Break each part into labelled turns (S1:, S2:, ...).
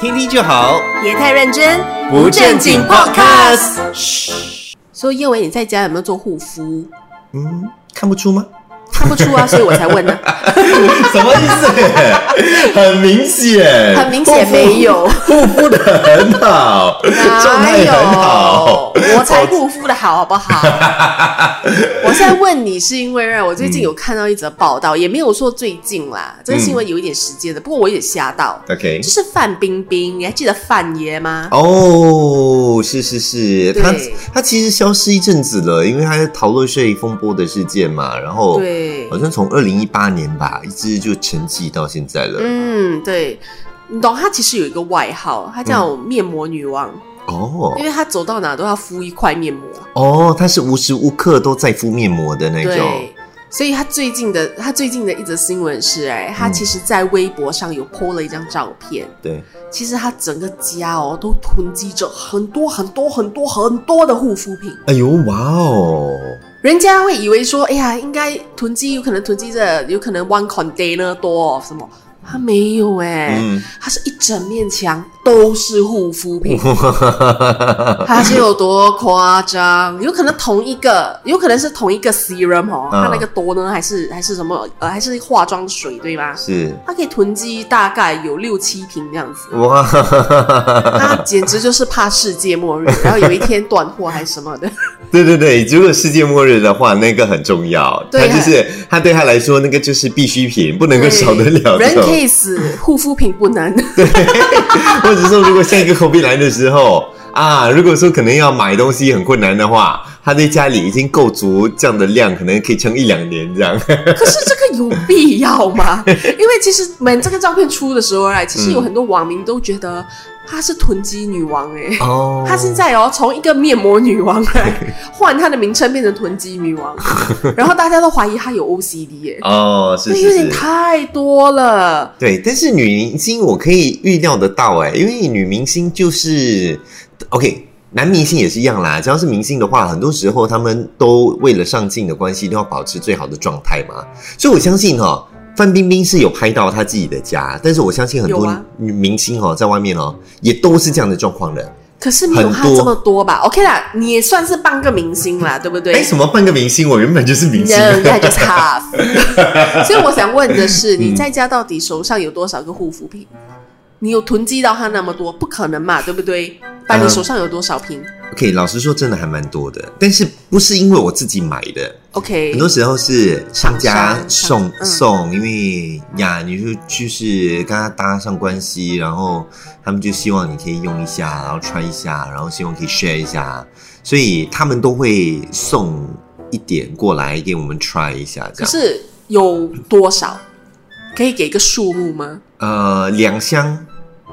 S1: 听听就好，
S2: 别太认真，
S1: 不正经 Podcast。
S2: 说燕伟，你在家有没有做护肤？
S1: 嗯，看不出吗？
S2: 看不出啊，所以我才问呢、
S1: 什么意 思？很明显，
S2: 很明显没有，
S1: 护肤的很好，状
S2: 哪
S1: 态
S2: 有
S1: 很好。？
S2: 我才护肤的好，好不 好？我现在问你，是因为让我最近有看到一则报
S1: 嗯
S2: 道，也没有说最近啦，这个新闻有一点时间的，不过我也吓到，
S1: OK，
S2: 就是范冰冰，你还记得范爷吗？
S1: 哦，是是是，他
S2: 对
S1: 他其实消失一阵子了，因为他在讨论税风波的事件嘛，然后
S2: 对
S1: 好，像从二零一八年吧，一直就沉寂到现在了。
S2: 嗯，对。你懂，她其实有一个外号，她
S1: 嗯
S2: 叫面膜女王，
S1: 哦
S2: 因为她走到哪都要敷一块面膜。
S1: 哦，他是无时无刻都在敷面膜的那种。
S2: 对，所以她最近的她最近的一则新闻是、哎，她
S1: 嗯
S2: 其实在微博上有 po 了一张照片，
S1: 对，
S2: 其实她整个家哦都囤积着很多很多很多很多的护肤品。
S1: 哎呦哇哦，
S2: 人家会以为说，哎呀，应该囤积，有可能囤积着，有可能 one container 多、什么。他没有哎、
S1: 嗯
S2: 他是一整面墙都是护 肤品，他是有多夸张？有可能同一个，有可能是同一个 serum 哦，
S1: 嗯
S2: 他那个多呢，还是还是什么？呃，还是化妆水对吗？
S1: 是
S2: 他可以囤积大概有六七瓶 这样子，
S1: 哇，
S2: 他简直就是怕世界末日，然后有一天断货还是 什么的。
S1: 对对对，如果世界末日的话，那个很重要，他
S2: 对
S1: 就是他对他来说，那个就是必需品，不能够
S2: 对
S1: 少得了 的。哦
S2: 人可以死，护肤品不能。
S1: 或者说，如果下一个 COVID 来的时候啊，如果说可能要买东西很困难的话，他在家里已经够足这样的量，可能可以撑一两年这样。
S2: 可是这个有必要吗？ 因为其实们这个照片出的时候，哎，其实有很多网民都觉得她是囤积女王、哎、
S1: 哦
S2: 她现 在哦从一个面膜女王哎，换她的名称变成囤积女王，然后大家都怀疑她有 OCD 哎、
S1: 哦，
S2: 这
S1: 是
S2: 有
S1: 是
S2: 点
S1: 是。
S2: 太多了。
S1: 对，但是女明星我可以预料得到哎、因为女明星就是 OK，男明星也是一样啦。只要是明星的话，很多时候他们都为了上镜的关系，都要保持最好的状态嘛。所以我相信哈、哦，范冰冰是有拍到她自己的家，但是我相信很
S2: 有
S1: 多
S2: 啊
S1: 女明星哦，在外面哦，也都是这样的状况的。
S2: 可是没有她
S1: 很多
S2: 这么多吧？OK 啦，你也算是半个明星啦，对不对？
S1: 哎，什么半个明星？我原本就是明星。
S2: No, that just half。所以我想问的是，
S1: 嗯
S2: 你在家到底手上有多少个护肤品？你有囤积到它那么多？不可能嘛，对不对？但你
S1: 嗯
S2: 手上有多少瓶
S1: OK，老实说，真的还蛮多的，但是不是因为我自己买的，
S2: ？OK，
S1: 很多时候是商家
S2: 厂商
S1: 送
S2: 嗯
S1: 送，因为呀，你就就是跟他搭上关系，然后他们就希望你可以用一下，然后穿一下，然后希望可以 share 一下，所以他们都会送一点过来给我们 try 一下，这
S2: 可
S1: 样。
S2: 是有多少？可以给个数目吗？
S1: 呃，两箱，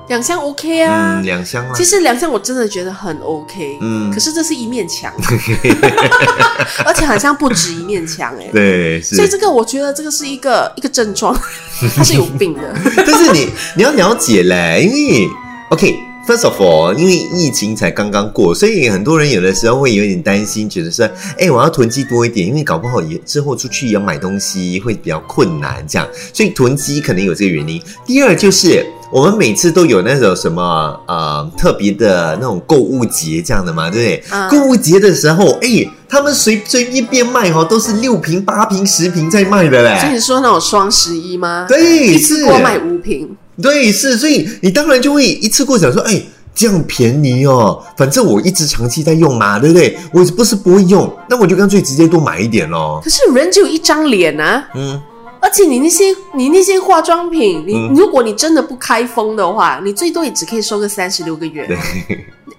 S2: 两箱 OK 啊。
S1: 嗯，两箱啦
S2: 其。实两箱我真的觉得很 OK，
S1: 嗯
S2: 可是这是一 面墙， 而且好像不止一面墙哎、
S1: 对，是
S2: 所以这个我觉得这个是一个一个症状， 它是有病 的。
S1: 但是你你要了解嘞，因为 OK。First of all，因为疫情才刚刚过，所以很多人有的时候会有点担心，觉得说，哎、我要囤积多一点，因为搞不好也之后出去要买东西会比较困难，这样，所以囤积可能有这个原因。第二就是我们每次都有那种什么呃特别的那种购物节这样的嘛，对不对？
S2: 嗯
S1: 购物节的时候，哎、他们随随便便卖哦，都是六瓶、八瓶、十瓶在卖的
S2: 所以
S1: 嘞。
S2: 你说那种双十一吗？
S1: 对，
S2: 一次过
S1: 是
S2: 买五瓶，
S1: 对，是，所以你当然就会一次过想说，哎，这样便宜哦，反正我一直长期在用嘛，对不对？我不是不会用，那我就干脆直接多买一点咯。
S2: 可是人只有一张脸啊！
S1: 嗯，
S2: 而且你那些你那些化妆品，你、
S1: 嗯
S2: 如果你真的不开封的话，你最多也只可以收个三十六个月
S1: 对。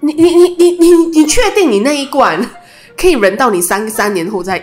S2: 你你你你你你确定你那一罐可以忍到你三三年后再？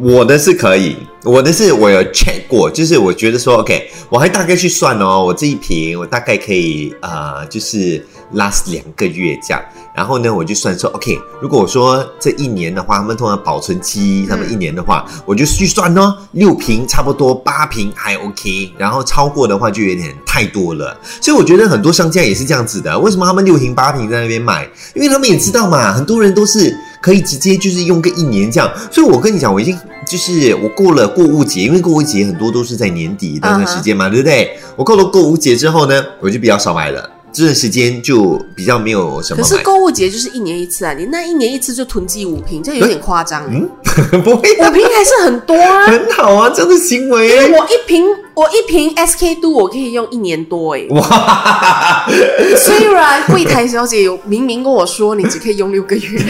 S1: 我的是可以，我的是我有 check 过，就是我觉得说，OK，我还大概去算哦，我这一瓶我大概可以呃，就是 last 两个月这样。然后呢，我就算说，OK，如果我说这一年的话，他们通常保存期，他们一年的话，我就去算哦，六瓶差不多，八瓶还 OK，然后超过的话就有点太多了。所以我觉得很多商家也是这样子的，为什么他们六瓶八瓶在那边买？因为他们也知道嘛，很多人都是可以直接就是用个一年这样。所以我跟你讲，我已经就是我过了购物节，因为购物节很多都是在年底的那
S2: 嗯
S1: 段
S2: 哼
S1: 时间嘛对不对？我过了购物节之后呢，我就比较少买了。这段时间就比较没有什么
S2: 可
S1: 买。
S2: 是购物节就是一年一次啊，你那一年一次就囤积五瓶，这有点夸张、欸。
S1: 嗯， 不会
S2: 五瓶还是很多啊，
S1: 很好啊，这样的行为
S2: 因
S1: 耶、
S2: 为我一瓶我一瓶 SK two 我可以用一年多哎、
S1: 哇，
S2: 虽然柜台小姐有明明跟我说你只可以用六个月，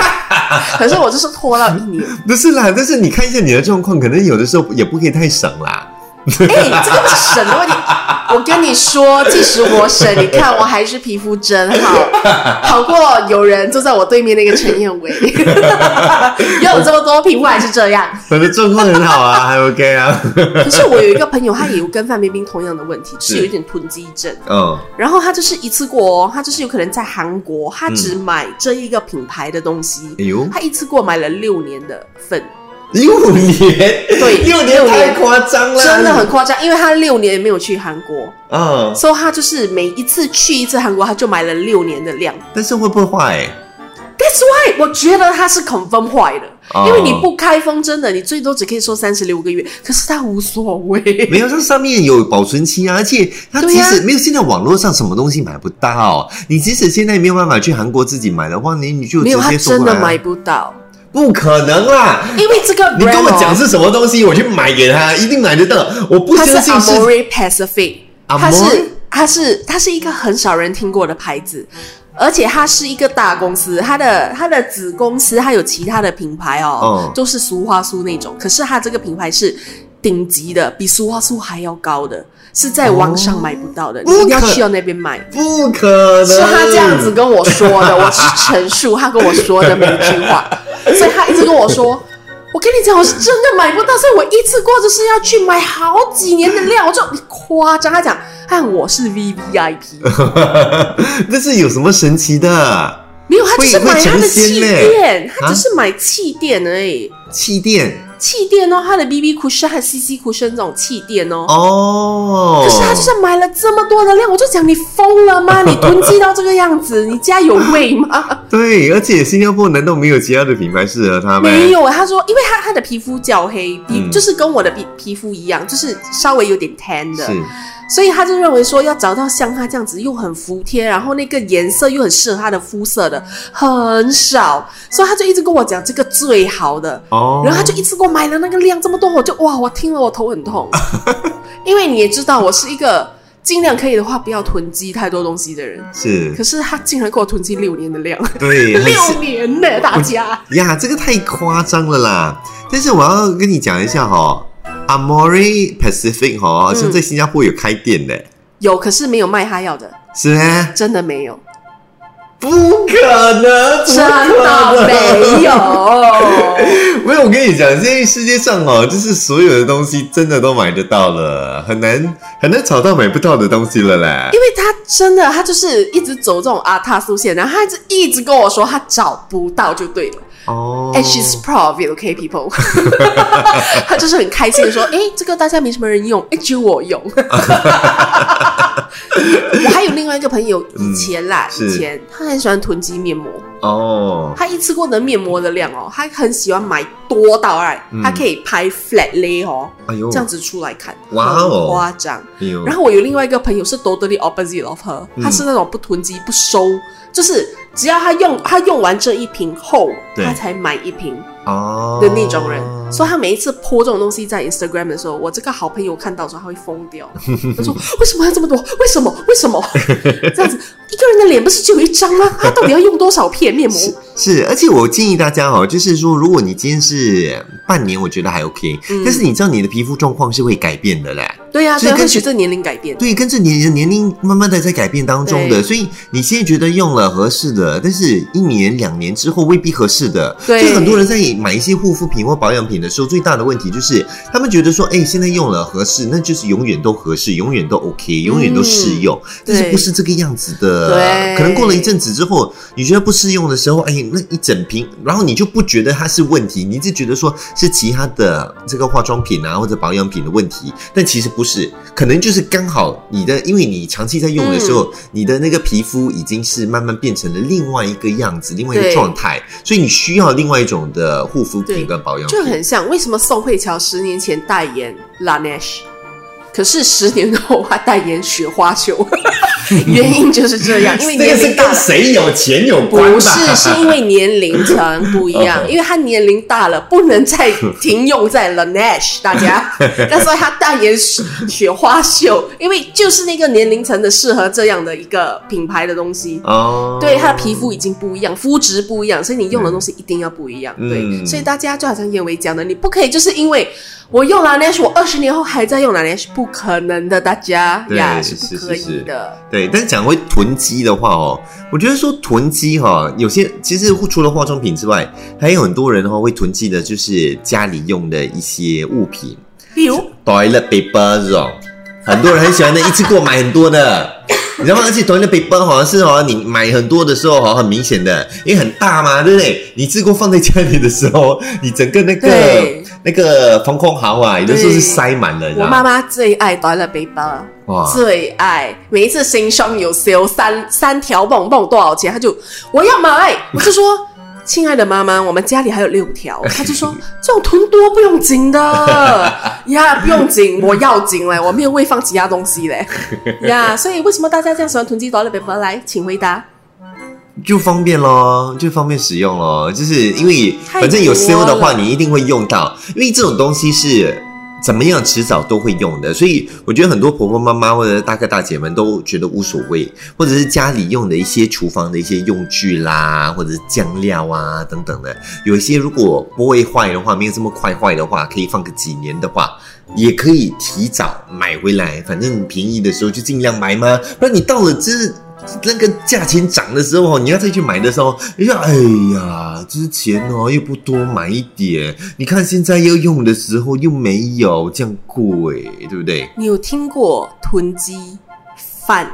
S2: 可是我就是拖到一年。
S1: 不是啦，但是你看一下你的状况，可能有的时候也不可以太省啦。
S2: 哎、这个不是省的问题。我跟你说，即使我省，你看我还是皮肤真好，好过有人坐在我对面那个陈彦伟，用这么多皮肤还是这样。
S1: 我的状况很好啊，还 OK 啊。
S2: 可是我有一个朋友，他也有跟范冰冰同样的问题，就是
S1: 是
S2: 有一点囤积症。
S1: 嗯，
S2: 然后他就是一次过、哦，他就是有可能在韩国，他只买这一个品牌的东西，
S1: 哎呦，
S2: 他一次过买了六年的份，
S1: 六年，
S2: 对
S1: 六年太夸张了，
S2: 真的很夸张，因为他六年没有去韩国，
S1: 嗯。
S2: 所以他就是每一次去一次韩国，他就买了六年的量。
S1: 但是会不会坏、
S2: That's why 我觉得他是 confirm 坏的，
S1: 哦
S2: 因为你不开封，真的你最多只可以说三十六个月，可是他无所谓。
S1: 没有，它上面有保存期啊，而且它
S2: 对啊
S1: 即
S2: 呀
S1: 使没有现在网络上什么东西买不到，你即使现在没有办法去韩国自己买的话，你你就
S2: 没
S1: 直
S2: 有，他
S1: 接收
S2: 真
S1: 过来
S2: 的
S1: 啊
S2: 买不到，
S1: 不可能啦！
S2: 因为这个 brand
S1: 你跟我
S2: 哦
S1: 讲是什么东西，我去买给他，一定买得到。我不
S2: 它是
S1: 相信是
S2: Amore Pacific，
S1: Amore？
S2: 它是它是它是一个很少人听过的牌子，而且它是一个大公司，它的它的子公司它有其他的品牌哦，
S1: 嗯
S2: 都是苏花苏那种，可是它这个品牌是顶级的，比苏花苏还要高的，是在网上买不到的，
S1: 不
S2: 你
S1: 哦可
S2: 一定要去到那边买。
S1: 不可能，
S2: 是他这样子跟我说的，我是陈述他跟我说的每一句 话，所以他一直跟我说。我跟你讲，我是真的买不到，所以我一次过就是要去买好几年的量。我就你夸张，他讲，哎，我是 V V I P，
S1: 但是有什么神奇的？
S2: 没有，他只是
S1: 会
S2: 买
S1: 会
S2: 他
S1: 成
S2: 的
S1: 仙
S2: 气
S1: 嘞
S2: 垫，他
S1: 啊
S2: 只是买气垫而已。
S1: 气垫
S2: 气垫哦，他的 B B cushion 和 C C cushion 这种气垫哦，
S1: 哦，
S2: 可是他就是买了这么多的量，我就讲你疯了吗？你囤积到这个样子，你家有味吗？
S1: 对，而且新加坡难道没有其他的品牌适合他吗？
S2: 没有，欸他说，因为他他的皮肤较黑，皮、
S1: 嗯
S2: 就是跟我的皮皮肤一样，就是稍微有点 tan 的，
S1: 是
S2: 所以他就认为说要找到像他这样子又很服帖，然后那个颜色又很适合他的肤色的很少，所以他就一直跟我讲这个最好的，
S1: 哦，
S2: 然后他就一次给我买了那个量这么多，我就哇，我听了我头 很痛，因为你也知道我是一个尽量可以的话不要囤积太多东西的人，
S1: 是
S2: 可是他竟然给我囤积六年的量，
S1: 对，很
S2: 六年呢、大家。
S1: 呀，这个太夸张了啦！但是我要跟你讲一下哈、哦、，Amore Pacific
S2: 嗯
S1: 哈、哦，好像在新加坡有开店的，
S2: 有，可是没有卖他要的，
S1: 是吗？
S2: 真的没有，
S1: 不可能，
S2: 真
S1: 怎么可能
S2: 的没。有。
S1: 没有，我跟你讲，现在世界上哦，就是所有的东西真的都买得到了，很难很难找到买不到的东西了啦
S2: 因。为他真的，他就是一直走这种阿塔路线，然后他一直一直跟我说他找不到就对了。
S1: 哦
S2: And she's proud of it, OK, people 。 他就是很开心的说，哎，这个大家没什么人用，哎，只有我用。 我还有另外一个朋友，以前啦，
S1: 嗯
S2: 以
S1: 是
S2: 前他很喜欢囤积面膜，
S1: 哦，
S2: 他一次过的面膜的量哦，他很喜欢买多到哎，
S1: 嗯
S2: 他可以拍 flat lay 哦，
S1: 哎呦，
S2: 这样子出来看，
S1: 哇哦
S2: 很夸张。
S1: 哎呦，
S2: 然后我有另外一个朋友是 totally opposite of her，
S1: 嗯
S2: 她是那种不囤积不收，就是只要她用她用完这一瓶后，
S1: 对
S2: 她才买一瓶
S1: 哦
S2: 的那种人。所以她每一次泼这种东西在 Instagram 的时候，我这个好朋友看到的时候，他会疯 掉。他说：“为什么要这么多？为什么？为什么？ 这样子，一个人的脸不是只有一张吗？他到底要用多少片面膜？”
S1: 是，而且我建议大家哦，就是说，如果你今天是半年，我觉得还 OK，、
S2: 嗯
S1: 但是你知道你的皮肤状况是会改变的嘞，
S2: 对呀、
S1: 所
S2: 对
S1: 以
S2: 啊，
S1: 根
S2: 会
S1: 据
S2: 随着年龄改变。
S1: 对，跟着你的年龄慢慢的在改变当中的，
S2: 对
S1: 所以你现在觉得用了合适的，但是一年两年之后未必合适的，
S2: 对
S1: 所以很多人在买一些护肤品或保养品的时候，最大的问题就是他们觉得说，哎，现在用了合适，那就是永远都合适，永远都 OK，永远都适用，但是
S2: 嗯对
S1: 不是这个样子的，
S2: 对
S1: 可能过了一阵子之后，你觉得不适用的时候，哎，那一整瓶，然后你就不觉得它是问题，你一直觉得说是其他的这个化妆品啊或者保养品的问题，但其实不是，可能就是刚好你的，因为你长期在用的时候，
S2: 嗯
S1: 你的那个皮肤已经是慢慢变成了另外一个样子，另外一个
S2: 对
S1: 状态，所以你需要另外一种的护肤
S2: 对
S1: 品跟保养
S2: 就
S1: 品。
S2: 很像为什么宋慧乔十年前代言 Laneige，可是十年后他代言雪花秀， 原因就是 这样，因为
S1: 这
S2: 年
S1: 个是
S2: 龄大
S1: 跟
S2: 了。
S1: 谁有钱有关
S2: 不
S1: 吧？
S2: 是，是因为年龄层不一样，
S1: 嗯
S2: 因为他年龄大了，不能再停用在 l a n e s h 大家。但是他代言雪雪花秀，因为就是那个年龄层的适合这样的一个品牌的东西。
S1: 哦，
S2: 对，他的皮肤已经不一样，肤质不一样，所以你用的东西一定要不一样。
S1: 嗯
S2: 对，所以大家就好像叶维讲的，你不可以就是因为我用 l a n e s h 我二十年后还在用 l a n e s h 不可能的，大家
S1: 对
S2: 呀
S1: 是
S2: 不
S1: 是
S2: 可
S1: 是
S2: 以的。
S1: 对，但是讲回囤积的话哦，我觉得说囤积哈、有些其实除了化妆品之外，还有很多人哈、会囤积的，就是家里用的一些物品
S2: 比如，
S1: ，toilet paper 这种，很多人很喜欢的，一次过买很多的，你知道吗？而且 toilet paper 好像是哦，你买很多的时候哈、哦很明显的，因为很大嘛，对不对？你一次过放在家里的时候，你整个那个
S2: 对
S1: 那个防空壕啊，有的时候是塞满了，你知
S2: 我
S1: 道
S2: 妈
S1: 吗？
S2: 妈最爱 toilet paper。
S1: 哇，
S2: 最爱，每一次新商有 sale 三三条蹦蹦多少钱，他就我要买， 我就说。亲爱的妈妈，我们家里还有六条，他就说这种囤多不用紧的呀不用紧，我要紧嘞，我没有喂放其他东西嘞呀所以为什么大家这样喜欢囤积 toilet paper？来，请回答。
S1: 就方便咯，就方便使用咯，就是因为
S2: 太
S1: 反正有
S2: 多啊
S1: sale 的话，
S2: 了
S1: 你一定会用到，因为这种东西是怎么样迟早都会用的，所以我觉得很多婆婆妈妈或者大哥大姐们都觉得无所谓，或者是家里用的一些厨房的一些用具啦，或者是酱料啊等等的，有一些如果不会坏的话，没有这么快坏的话，可以放个几年的话，也可以提早买回来，反正便宜的时候就尽量买嘛，不然你到了真是那个价钱涨的时候，你要再去买的时候，你就哎呀，之前哦又不多买一点，你看现在要用的时候又没有，这样贵，对不对？
S2: 你有听过囤积饭，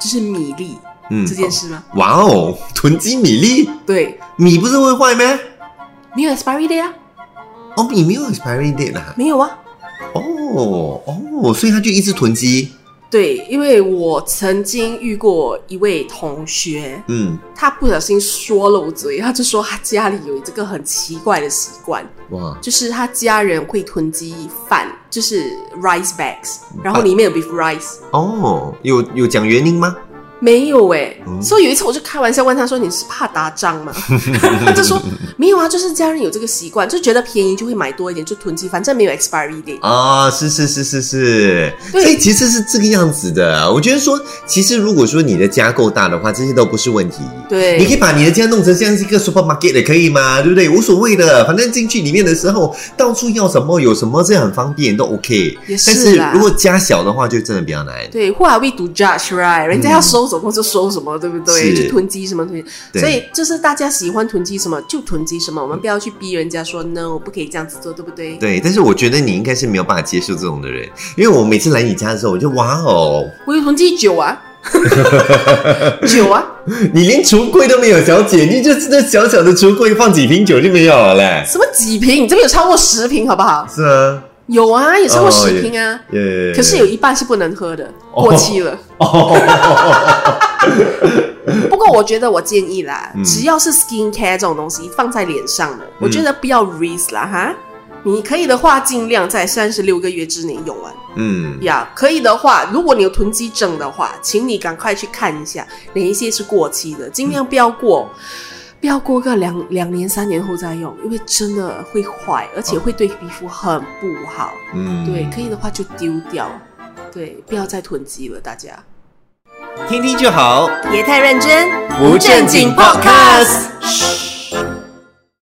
S2: 就是米粒、
S1: 嗯
S2: 这件事吗？
S1: 哇哦，囤积米粒，
S2: 对，
S1: 米不是会坏吗？
S2: 没有 expiry d a 啊，
S1: 哦，米没有 expiry date 啦、
S2: 没有啊。
S1: 哦哦，所以它就一直囤积，
S2: 对，因为我曾经遇过一位同学，
S1: 嗯，
S2: 他不小心说漏嘴，他就说他家里有这个很奇怪的习惯，
S1: 哇，
S2: 就是他家人会囤积饭，就是 rice bags，然后里面有 beef rice。
S1: 哦，有有讲原因吗？
S2: 没有哎、
S1: 嗯
S2: 所以有一次我就开玩笑问他说：“你是怕打仗吗？”他就说：“没有啊，就是家人有这个习惯，就觉得便宜就会买多一点，就囤积，反正没有 expiry date。
S1: 啊、是是是是是，所
S2: 对
S1: 以其实是这个样子的。我觉得说，其实如果说你的家够大的话，这些都不是问题。
S2: 对
S1: 你可以把你的家弄成像是一个 supermarket 的，可以吗？对不对？无所谓的，反正进去里面的时候，到处要什么有什么，这样很方便，都 OK。
S2: 也
S1: 但
S2: 是
S1: 是
S2: 啦
S1: 如果家小的话，就真的比较难。
S2: 对，Who are we to judge, right？人家要收什么就收什么，对不对？
S1: 嗯是
S2: 就囤积什么囤积，
S1: 对嗯
S2: 所以就是大家喜欢囤积什么就囤积什么，我们不要去逼人家说 no，不可以这样子做，对不对？
S1: 对，但是我觉得你应该是没有办法接受这种的人，因为我每次来你家的时候，我就哇哦，
S2: 我有囤积酒 啊，酒啊，
S1: 你连橱柜都没有，小姐，你就那小小的橱柜放几瓶酒就没有了嘞。
S2: 什么几瓶？你这边有超过十瓶好不好？
S1: 是啊，
S2: 有啊，有超过
S1: 哦
S2: 十瓶啊。
S1: 呃，
S2: 可是有一半是不能喝的，
S1: 哦
S2: 过期了。
S1: 哦，
S2: 不过我觉得我建议啦，
S1: 嗯
S2: 只要是 skin care 这种东西放在脸上的，我觉得不要 risk 啦哈。你可以的话，尽量在三十六个月之内用完。
S1: 嗯，
S2: 呀可以的话，如果你有囤积症的话，请你赶快去看一下哪一些是过期的，尽量不要过，
S1: 嗯
S2: 不要过个两两年、三年后再用，因为真的会坏，而
S1: 哦
S2: 且会对皮肤很不好。
S1: 嗯，
S2: 对，可以的话就丢掉，对，不要再囤积了，大家
S1: 听听就好，
S2: 别太认真，
S1: 不正经 podcast。